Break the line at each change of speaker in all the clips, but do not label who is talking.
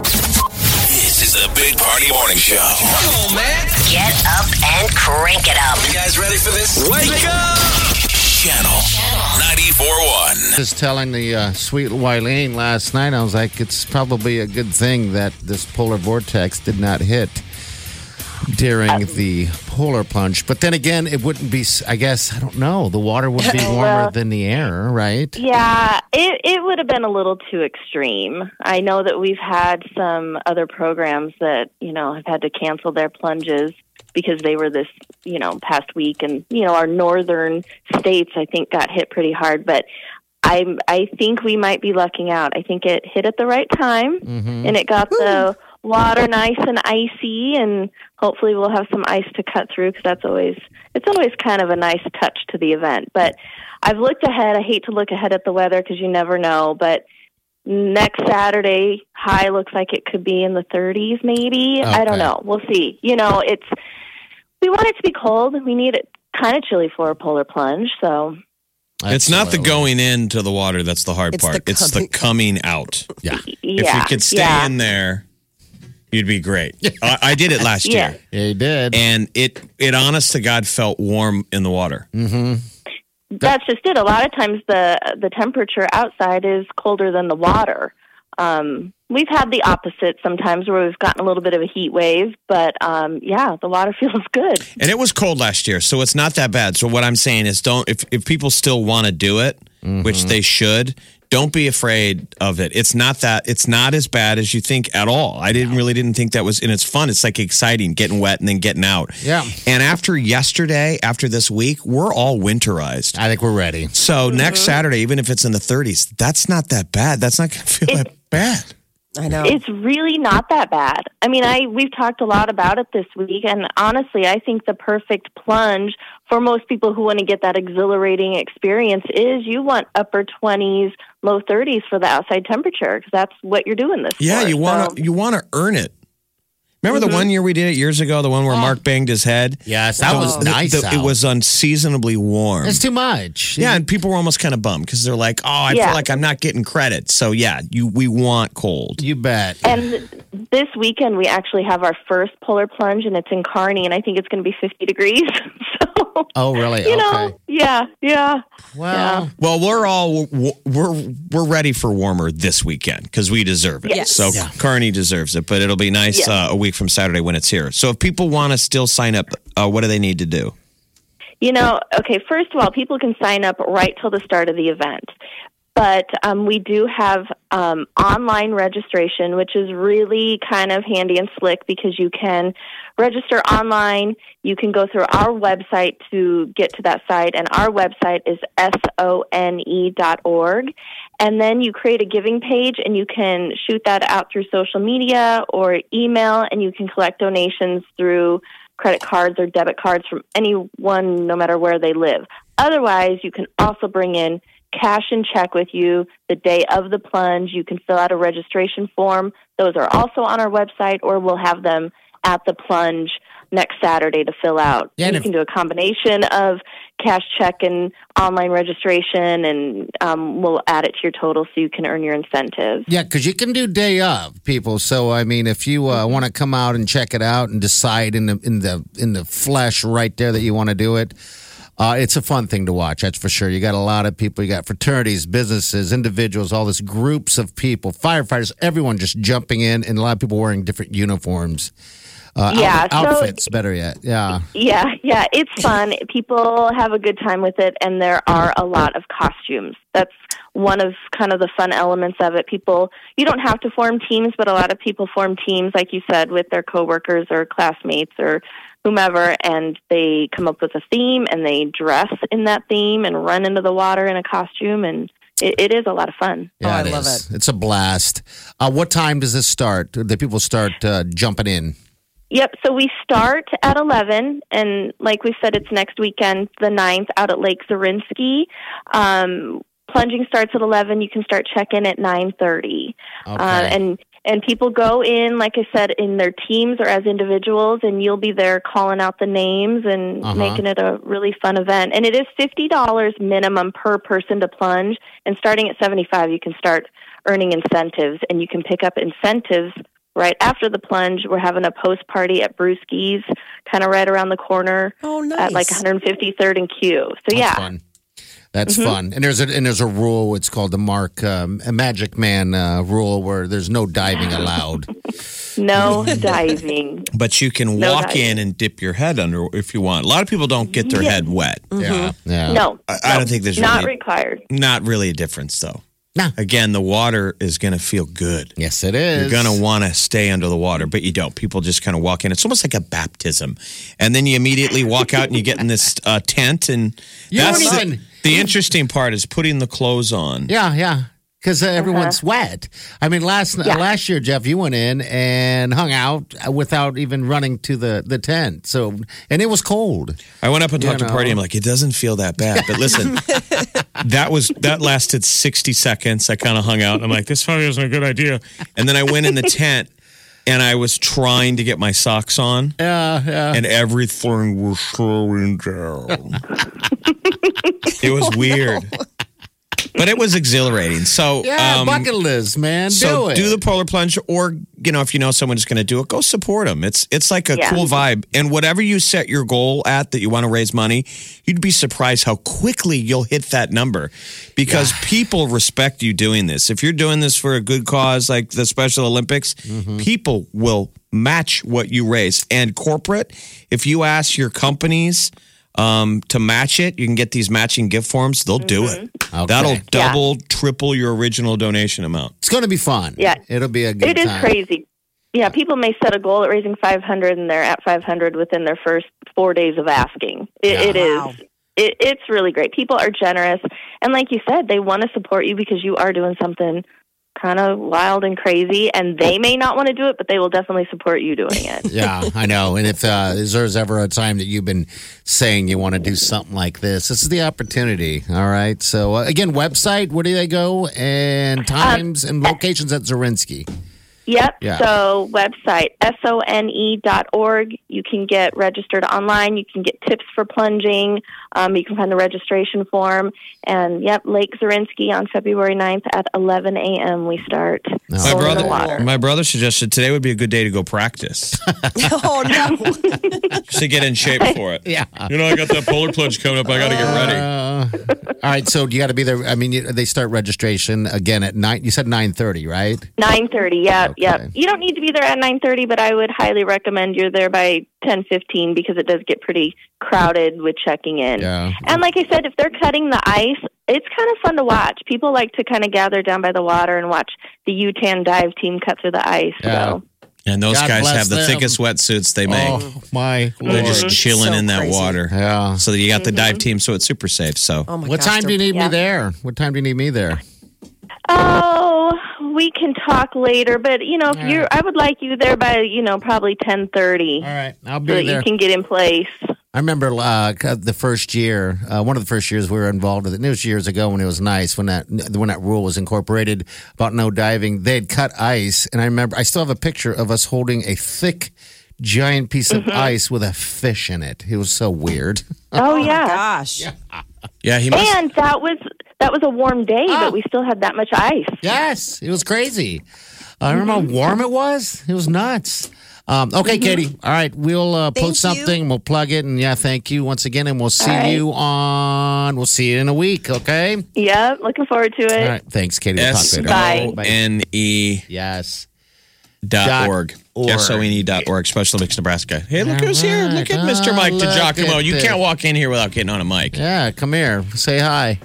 This is the Big Party Morning Show. Come on, man.
Get up and crank it up.
You guys ready for this? Wake up! Channel 94.1.
Just telling the uh, sweet Wileen last night, I was like, it's probably a good thing that this polar vortex did not hit during
Uh,
the polar plunge. But then again, it wouldn't be, s- I guess, I don't know. The water would be warmer than the air, right?
Yeah, it, it would have been a little too extreme. I know that we've had some other programs that, you know, have had to cancel their plunges because they were this, you know, past week and, you know, our northern states I think got hit pretty hard, but I I think we might be lucking out. I think it hit at the right time
Mm-hmm.
and it got the water nice and icy and hopefully we'll have some ice to cut through because that's always it's always kind of a nice touch to the event but i've looked ahead i hate to look ahead at the weather because you never know but next saturday high looks like it could be in the 30s maybe i
Okay.
don't know we'll see you know it's we want it to be cold we need it kind of chilly for a polar plunge so
It's not the going into the water that's the hard
It's
part.
the
it's the coming out.
Yeah.
yeah
if you could stay
yeah.
in there, you'd be great. I, I did it last
Yeah.
year,
Yeah, you did.
and it it honest to God felt warm in the water.
Mm-hmm.
That's just it. A lot of times the the temperature outside is colder than the water. Um, we've had the opposite sometimes where we've gotten a little bit of a heat wave, but um, yeah, the water feels good.
And it was cold last year, so it's not that bad. So what I'm saying is, don't if if people still want to do it, which they should, don't be afraid of it. It's not that it's not as bad as you think at all. I didn't really didn't think that was, and it's fun. It's like exciting, getting wet and then getting out.
Yeah.
And after yesterday, after this week, we're all winterized.
I think we're ready.
So next Saturday, even if it's in the 30s, that's not that bad. That's not going to feel that bad.
I know.
It's really not that bad. I mean, I we've talked a lot about it this week, and honestly, I think the perfect plunge for most people who want to get that exhilarating experience is you want upper twenties, low thirties for the outside temperature because that's what you're doing this.
Yeah,
for.
you want
So-
to you want to earn it. Remember the one year we did it years ago, the one where Mark banged his head.
Yes, that was
The-
nice.
the- it
out.
was unseasonably warm.
It's too much.
yeah, and people were almost kind of bummed because they're like, "Oh, I
Yeah.
feel like I'm not getting credit." So yeah, you we want cold.
You bet.
And this weekend, we actually have our first polar plunge, and it's in Kearney, and I think it's going to be 50 degrees. so,
oh, really?
you
okay.
know, yeah, yeah.
well,
Well, we're all we're we're ready for warmer this weekend because we deserve it.
Yes.
So
Yeah.
Carney deserves it, but it'll be nice
Yes.
uh, a week from Saturday when it's here. So if people want to still sign up, uh, what do they need to do?
You know, okay, first of all, people can sign up right till the start of the event. But um, we do have um, online registration, which is really kind of handy and slick because you can register online. You can go through our website to get to that site, and our website is sone.org. E And then you create a giving page, and you can shoot that out through social media or email, and you can collect donations through credit cards or debit cards from anyone, no matter where they live. Otherwise, you can also bring in cash and check with you the day of the plunge. You can fill out a registration form. Those are also on our website, or we'll have them at the plunge next Saturday to fill out.
Yeah, and
you
if-
can do a combination of cash check and online registration, and um, we'll add it to your total so you can earn your incentive.
Yeah, because you can do day of people. So I mean, if you uh, want to come out and check it out and decide in the in the in the flesh right there that you want to do it, uh, it's a fun thing to watch. That's for sure. You got a lot of people. You got fraternities, businesses, individuals, all this groups of people, firefighters, everyone just jumping in, and a lot of people wearing different uniforms. Uh, out-
Yeah, so-
outfits. Better yet, yeah.
Yeah, yeah, it's fun. People have a good time with it, and there are a lot of costumes. That's one of kind of the fun elements of it. People, you don't have to form teams, but a lot of people form teams, like you said, with their coworkers or classmates or whomever, and they come up with a theme and they dress in that theme and run into the water in a costume, and it, it is a lot of fun.
Yeah,
I
it
love
is. It's a blast. Uh, what time does this start? The people start uh, jumping in.
Yep. So we start at 11, and like we said, it's next weekend, the 9th, out at Lake Zarinsky. Um, plunging starts at 11. You can start checking at 9:30,
Okay.
uh, and and people go in, like I said, in their teams or as individuals, and you'll be there calling out the names and
Uh-huh.
making it a really fun event. And it is fifty dollars minimum per person to plunge, and starting at 75, you can start earning incentives, and you can pick up incentives right after the plunge. We're having a post party at Brewski's, kind of right around the corner
Oh, nice.
at like 153rd and Q. So
That's
yeah, Mm-hmm.
fun. That's fun. And there's a and there's a rule. It's called the Mark um, Magic Man uh, rule, where there's no diving allowed.
no diving.
But you can
No
walk
diet.
in and dip your head under if you want. A lot of people don't get their head wet.
Yeah. Yeah.
Mm-hmm. No,
I, I don't think there's
not
really,
required.
not really a difference though.
No.
Again, the water is going to feel good.
Yes, it is.
You're going to want to stay under the water, but you don't. People just kind of walk in. It's almost like a baptism. And then you immediately walk out and you get in this uh, tent. And
You
that's
don't
the,
even-
the interesting part is putting the clothes on.
Yeah, yeah. Because uh, everyone's
Uh-huh.
wet. I mean, last uh, last year, Jeff, you went in and hung out without even running to the, the tent. So, and it was cold.
I went up and talked
You
to Party.
know.
I'm like, it doesn't feel that bad. But listen, that was that lasted 60 seconds. I kind of hung out. And I'm like, this probably isn't a good idea. And then I went in the tent and I was trying to get my socks on. Yeah,
Uh,
yeah. And everything was slowing down. it was weird. But it was exhilarating. So
Yeah,
um,
bucket list, man.
so
do it.
the polar plunge, or you know, if you know someone who's going to do it, go support them. It's it's like a
Yeah.
cool vibe, and whatever you set your goal at that you want to raise money, you'd be surprised how quickly you'll hit that number because people respect you doing this. If you're doing this for a good cause like the Special Olympics,
Mm-hmm.
people will match what you raise. And corporate, if you ask your companies. Um, to match it, you can get these matching gift forms. They'll do it.
Okay.
That'll
Mm-hmm. Yeah.
double, triple your original donation amount.
it's going to be fun.
Yeah.
It'll be a good
It is
time.
crazy. Yeah, people may set a goal at raising 500 and they're at 500 within their first four days of asking. It, it is.
Wow.
It, it's really great. People are generous. And like you said, they want to support you because you are doing something kind of wild and crazy. And they may not want to do it, but they will definitely support you doing it.
Yeah, I know. And if uh, is there's ever a time that you've been saying you want to do something like this, this is the opportunity. All right. So, uh, again, website, where do they go?
Uh,
And times and locations at Zarinsky.
Yep.
Yeah.
So website sone E dot org. You can get registered online. You can get tips for plunging. Um, you can find the registration form. And yep, Lake Zarinsky on February 9th at 11 a.m. We start.
My
My
Going in the
brother,
water.
my brother suggested today would be a good day to go practice
oh, no.
just to get in shape for it.
Yeah.
You know, I got that polar plunge coming up. I got to get ready.
Uh, all right. So, you got to be there. I mean, you, they start registration again at nine. You said 9.30, right?
9:30. Yep.
Okay.
Yep. You don't need to be there at 9:30, but I would highly recommend you're there by 10:15 because it does get pretty crowded with checking in.
Yeah.
And like I said, if they're cutting the ice, it's kind of fun to watch. People like to kind of gather down by the water and watch the UTAN dive team cut through the ice.
Yeah.
So
And those
God
guys
bless
have the
them.
thickest wetsuits they make.
Oh, my
They're
Lord.
just chilling
So
in that
crazy.
water.
Yeah.
So you got the dive team, so it's super safe. So
Oh, my
What
gosh,
time do you
they're-
need me
Yeah.
there? What time do you need me there?
oh, we can talk later, but you know, if you're, I would like you there by you know probably 10:30
All right. I'll
so that
be
you
there.
can get in place.
I remember uh, the first year, uh, one of the first years we were involved with it. And it was years ago when it was nice when that when that rule was incorporated about no diving. They'd cut ice, and I remember I still have a picture of us holding a thick, giant piece of
Mm-hmm.
ice with a fish in it. It was so weird.
Oh, yeah.
Gosh.
yeah, he must.
And that was that was a warm day,
Oh.
but we still had that much ice.
yes, it was crazy. I remember how
Mm-hmm.
warm it was. It was nuts. Um, okay, Katie. All right, we'll uh,
Thank
post something.
you.
and We'll plug it, and yeah, thank you once again, and we'll see you on. We'll see you in a week. Okay.
Yep, looking forward to
All
it.
right. Thanks, Katie. We'll talk
S
later.
O
Bye.
N E
Yes.
dot
Dot
org.
org.
S O N E dot org. Special Olympics Nebraska. Hey, look who's here. Look at
All right.
Mr. Mike
Oh, look
DiGiacomo.
at
You
this.
can't walk in here without getting on a mic.
Yeah, come here. Say hi.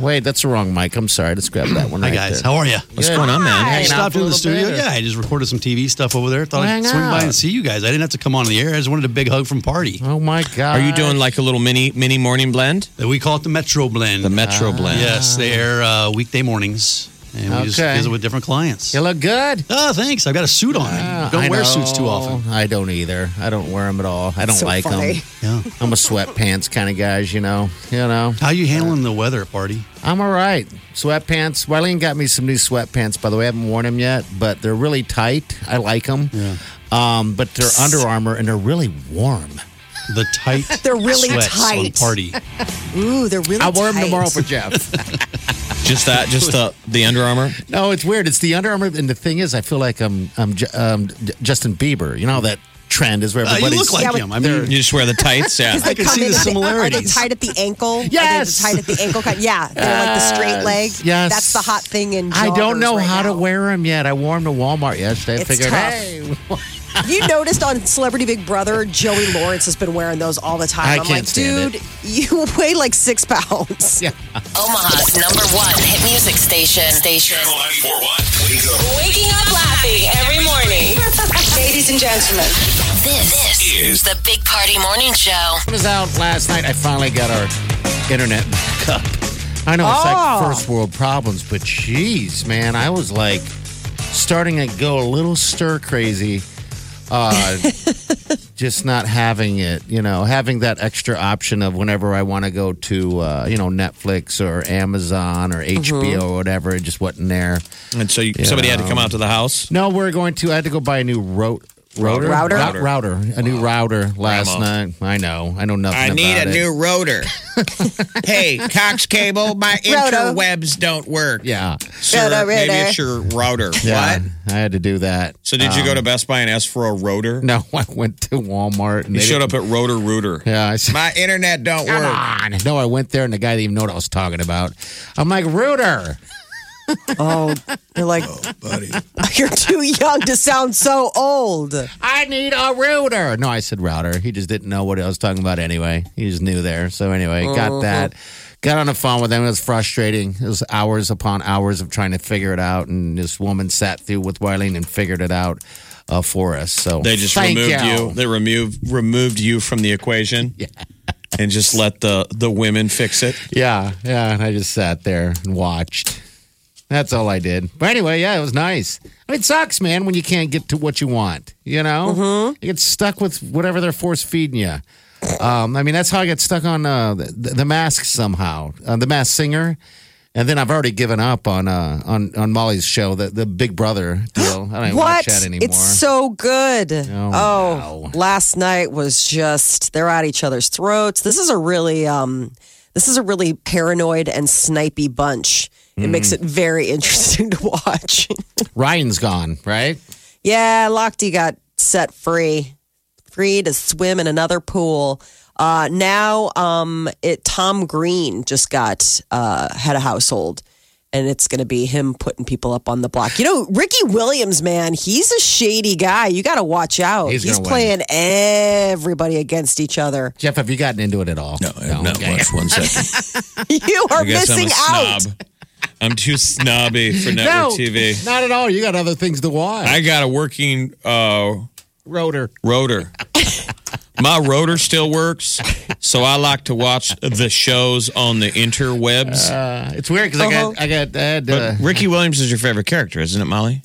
Wait, that's the wrong mic. I'm sorry. Let's grab that one.
Hi
right
guys,
there.
how are you?
What's going on, man?
I
Hey, now
stopped
for a
in the
little
studio.
bit.
Yeah, I just recorded some TV stuff over there. Thought
Hang
I'd swing by
out.
and see you guys. I didn't have to come on the air. I just wanted a big hug from Party.
Oh my god.
Are you doing like a little mini mini morning blend?
We call it the Metro Blend. Ah.
The Metro blend.
Yes, they air uh, weekday mornings, and we just
Okay.
visit with different clients.
You look good.
Oh, thanks. I've got a suit on.
Uh,
Don't
I
wear suits too
know.
often.
I don't either. I don't wear them at all. I don't
So
like
funny.
Yeah.
them. I'm a sweatpants kind of guy, as you know. You know.
How you handling the weather at Party?
I'm all right. Sweatpants. Wileen got me some new sweatpants. By the way, I haven't worn them yet, but they're really tight. I like them.
Yeah.
Um, but they're Under Armour and they're really warm.
The tight.
They're really
sweats On
tight.
Party.
Ooh, they're really
I'll wear them
tight.
tomorrow for Jeff.
Just that, just the the Under Armour.
No, it's weird. It's the Under Armour, and the thing is, I feel like I'm, I'm Ju- um, J- Justin Bieber. You know how that trend is where
Uh, you
everybody's
look like
Yeah,
him. I
but-
mean,
You just wear the tights, yeah.
Because they
can
come
see
in
the
and they- are- Are they
similarities.
tied at the ankle?
Yes.
Are they tied at the ankle? Kind? Yeah, they're like the straight leg.
Yes.
That's the hot thing in
I don't
joggers
know
right
how to
now.
wear them yet. I wore them to Walmart yesterday. I
It's
figured,
tough.
hey,
You noticed on Celebrity Big Brother, Joey Lawrence has been wearing those all the time.
I
am
can't
like,
stand
dude, you weigh like six pounds.
yeah.
Omaha's number one hit music station. Station.
Channel 94.1. Wake up.
Waking up laughing every morning.
Ladies and gentlemen,
This, is the Big Party Morning Show.
I was out last night. I finally got our internet back up. I know it's like
Oh.
first world problems, but jeez, man, I was like starting to go a little stir crazy. Uh, just not having it, you know, having that extra option of whenever I want to go to, uh, you know, Netflix or Amazon or
Mm-hmm.
HBO or whatever, it just wasn't there.
And so you, somebody had to come out to the house.
No, we're going to. I had to go buy a new ro- router.
Router?
Rou- router. A new router last
Grandma.
night. I know. I know nothing
I
about
need a
it.
new rotor. hey, Cox Cable, my
Roto.
interwebs don't work.
Yeah.
Sir,
Roto,
maybe
roto.
it's your router.
Yeah,
What?
I had to do that. Uh,
So did you go to Best Buy and ask for a rotor?
No, I went to Walmart and
You
they
showed
didn't-
up at Rotor Rooter.
Yeah, I said,
My internet don't
"Come
work.
on." No, I went there and the guy didn't even know what I was talking about. I'm like, Rooter.
oh, you're like, you're too young to sound so old.
I need a router. No, I said router. He just didn't know what I was talking about anyway. He was new there. So anyway,
Uh-huh.
got that. Got on the phone with him. It was frustrating. It was hours upon hours of trying to figure it out. And this woman sat through with Wileen and figured it out uh, for us. So
They just
thank
removed you. They removed removed you from the equation. Yeah. And just let the the women fix it.
Yeah, yeah. And I just sat there and watched. That's all I did. But anyway, yeah, it was nice. I mean, it sucks, man, when you can't get to what you want. You know,
Mm-hmm.
you get stuck with whatever they're force feeding you. Um, I mean, that's how I got stuck on uh, the, the mask somehow, uh, the mask singer. And then I've already given up on uh, on on Molly's show, the the Big Brother deal. I don't even watch
What?
that anymore.
It's so good.
Oh, wow.
last night was just they're at each other's throats. This is a really um this is a really paranoid and snipey bunch. It makes
Mm.
it very interesting to watch.
Ryan's gone, right?
yeah, Lochte got set free. Free to swim in another pool. Uh now um it Tom Green just got uh head of household. And it's going to be him putting people up on the block. You know, Ricky Williams, man, he's a shady guy. You got to watch out.
He's gonna win.
playing everybody against each other.
Jeff, have you gotten into it at all? No, okay.
one second.
You are
I guess I'm
missing
a
out.
snob. I'm too snobby for
No,
network TV.
not at all. You got other things to watch.
I got a working uh,
Rotor.
rotor. My rotor still works, so I like to watch the shows on the interwebs.
It's weird because
Uh-huh.
I got, I got, I had, uh,
but Ricky Williams is your favorite character, isn't it, Molly?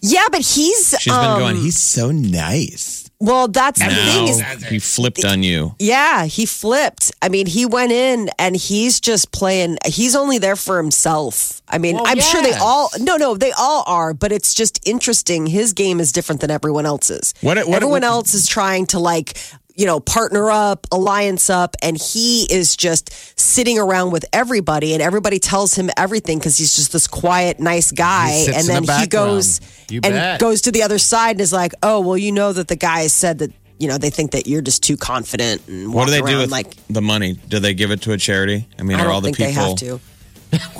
Yeah, but he's
She's
um,
been going. He's
so nice.
well. That's the
now
thing is,
he flipped on you.
yeah, he flipped. I mean, he went in and he's just playing. He's only there for himself. I mean,
Well,
I'm sure they
yes.
all. No, no, they all are. But it's just interesting. His game is different than everyone else's.
What- what-
everyone else is trying to like. You know, partner up, alliance up, and he is just sitting around with everybody, and everybody tells him everything because he's just this quiet, nice guy.
He sits
and
in
then
the
he goes
background. You
and
bet.
goes to the other side and is like, "Oh, well, you know that the guy said that you know they think that you're just too confident." And
What do
walk
they do with
around like?
the money? Do they give it to a charity? I mean,
I
are
don't
all the
think
people
they have to.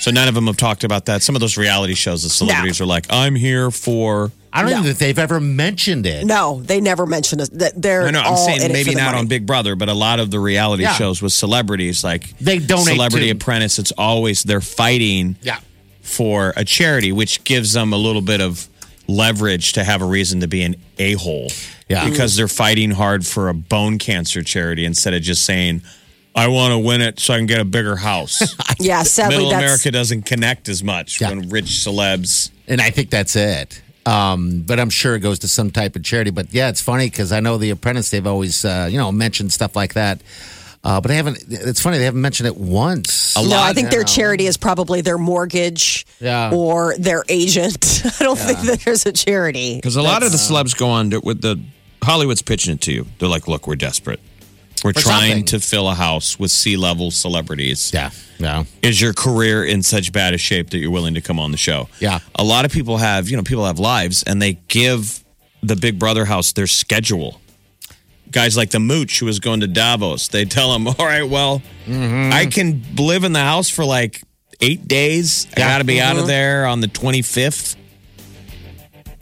So none of them have talked about that. Some of those reality shows, the celebrities are like, "I'm here for."
I don't even think they've ever mentioned it.
No, they never mention it. Th- They're
I know. I'm
all
saying
in it
maybe
for the
not on
money.
Big Brother, but a lot of the reality
Yeah.
shows with celebrities, like
They donate
Celebrity
to-
Apprentice. It's always they're fighting
Yeah.
for a charity, which gives them a little bit of leverage to have a reason to be an a hole.
Yeah.
Because they're fighting hard for a bone cancer charity instead of just saying, I want to win it so I can get a bigger house.
Yeah, sadly,
Middle
that's
America doesn't connect as much
Yeah.
when rich celebs.
And I think that's it. Um, but I'm sure it goes to some type of charity. But yeah, it's funny because I know The Apprentice, they've always, uh, you know, mentioned stuff like that. Uh, but they haven't, it's funny, they haven't mentioned it once.
no. I think their charity is probably their mortgage
Yeah.
or their agent. I don't think that there's a charity.
Because a lot of the
uh,
celebs go on to- with the Hollywood's pitching it to you. They're like, look, we're desperate. We're
For
trying
something.
to fill a house with C level celebrities.
Yeah. Yeah.
Is your career in such bad a shape that you're willing to come on the show?
Yeah.
A lot of people have, you know, people have lives and they give the Big Brother house their schedule. Guys like the Mooch who was going to Davos, they tell him, all right, well,
Mm-hmm.
I can live in the house for like eight days. I got to be
Mm-hmm.
out of there on the 25th.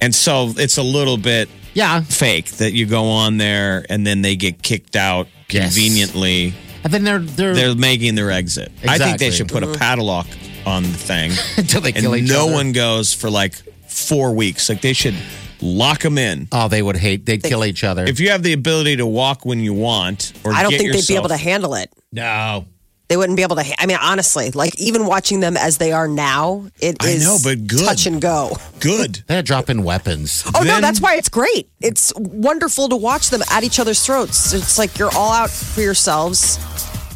And so it's a little bit
Yeah.
fake that you go on there and then they get kicked out
Yes.
conveniently.
And then they're, they're,
They're making their exit. I think they
Exactly.
should put
Mm-hmm.
a padlock on the thing.
until they
and
kill each
no
other.
one goes for like four weeks. Like they should lock them in.
Oh, they would hate, they'd kill each other.
If you have the ability to walk when you want, or
I don't
get
think they'd be
yourself-
able to handle it.
no.
They wouldn't be able to. ha- I mean, honestly, like even watching them as they are now, it
I
is
know, but good.
touch and go.
Good.
They're dropping weapons.
Oh no,
Then-
that's why it's great. It's wonderful to watch them at each other's throats. It's like you're all out for yourselves.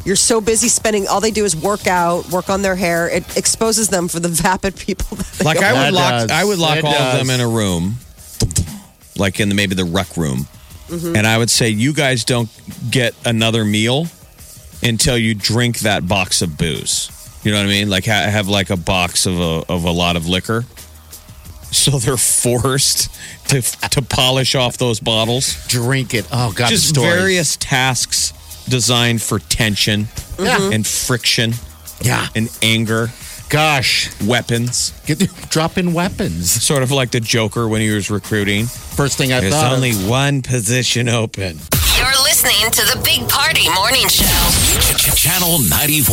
You're so busy spending all they do is work out, work on their hair. It exposes them for the vapid people. That they
Like
are.
I
That
would lock,
does.
I would lock
That
all of them
does.
in a room, like in the, maybe the rec room, and I would say you guys don't get another meal until you drink that box of booze. You know what I mean? Like ha- have like a box of a of a lot of liquor, so they're forced to to polish off those bottles.
Drink it. Oh, God.
Just
the stories.
various tasks designed for tension
Yeah.
and friction
Mm-hmm.
Yeah.
and anger,
Gosh.
weapons,
Get, dropping weapons.
sort of like the Joker when he was recruiting.
First thing I
There's
thought. of.
only one position open.
You're listening to the Big Party Morning Show.
Channel 94.1.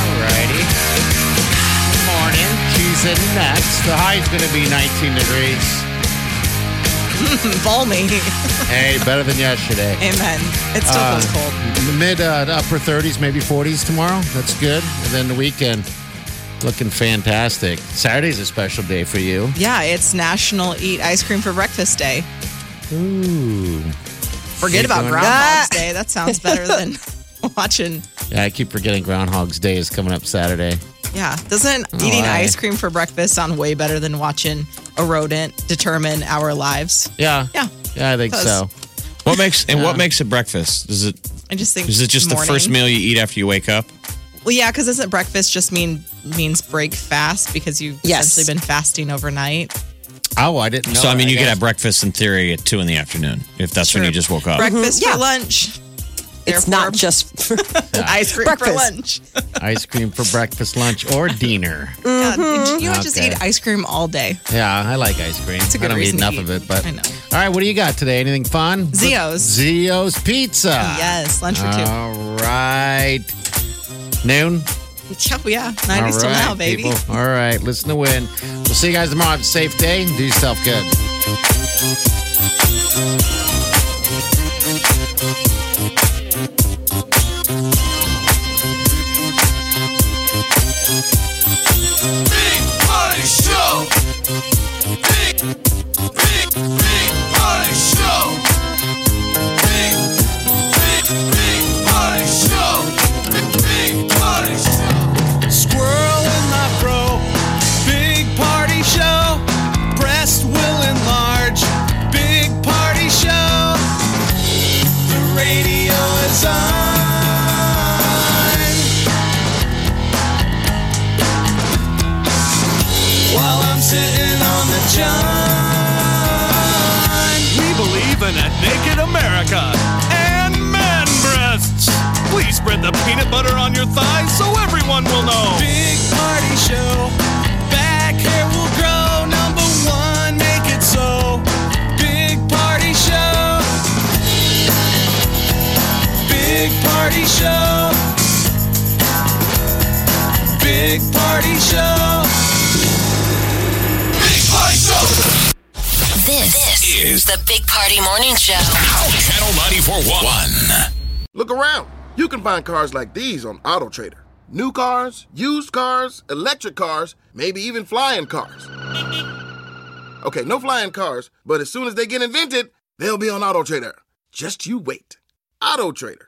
Alrighty. Good morning. She's in next. The high's going to be 19 degrees.
Balmy.
Hey, better than yesterday.
Amen. It still
Uh,
feels cold.
Mid uh, to upper 30s, maybe 40s tomorrow. That's good. And then the weekend, looking fantastic. Saturday's a special day for you.
Yeah, it's National Eat Ice Cream for Breakfast Day.
Ooh.
Forget
Keep
about
going.
Groundhog's Day. That sounds better than watching.
Yeah, I keep forgetting Groundhog's Day is coming up Saturday.
Yeah, doesn't eating
I-
ice cream for breakfast sound way better than watching a rodent determine our lives?
Yeah.
Yeah,
Yeah, I think
Close.
so.
What makes and what makes it breakfast? Is it
I just think.
is it just
Uh, morning-
the first meal you eat after you wake up?
Well, yeah, because isn't breakfast just mean means break fast because you've
Yes.
essentially been fasting overnight?
Oh, I didn't know.
so I mean, you could
guess.
have breakfast in theory at two in the afternoon if that's when
Sure.
you just woke up.
Breakfast
Mm-hmm. Yeah.
for lunch.
it's
Therefore,
not just for,
ice cream for
Breakfast.
lunch.
ice cream for breakfast, lunch, or dinner.
Yeah, you would just
Okay.
eat ice cream all day.
Yeah, I like ice cream.
a good
I don't eat
reason to
enough
eat.
of it, but
I know.
All right, what do you got today? Anything fun?
Zio's. Oh,
Zio's pizza.
yes, lunch for two.
Oh.
All right. Noon.
Yeah, yeah, 90s
All
till
right,
now, baby.
people. All right, listen to win. We'll see you guys tomorrow. Have a safe day. Do yourself good.
Big Party Show. Big, big, big Party Show. Big, big, big Party Show. Big, big Party Show. Squirrel in my bro. Big Party Show. Breast will enlarge. Big Party Show. The radio is on. while I'm sitting on the john. We believe in a naked America and man breasts. Please spread the
peanut butter on your thighs so everyone will know.
Big party show. Back hair will grow. Number one, make it so. Big party show. Big party show. Big party show. Big party show.
This, is the Big Party Morning Show. Channel 941.
Look around. You can find cars like these on AutoTrader. New cars, used cars, electric cars, maybe even flying cars. Okay, no flying cars, but as soon as they get invented, they'll be on AutoTrader. Just you wait. AutoTrader.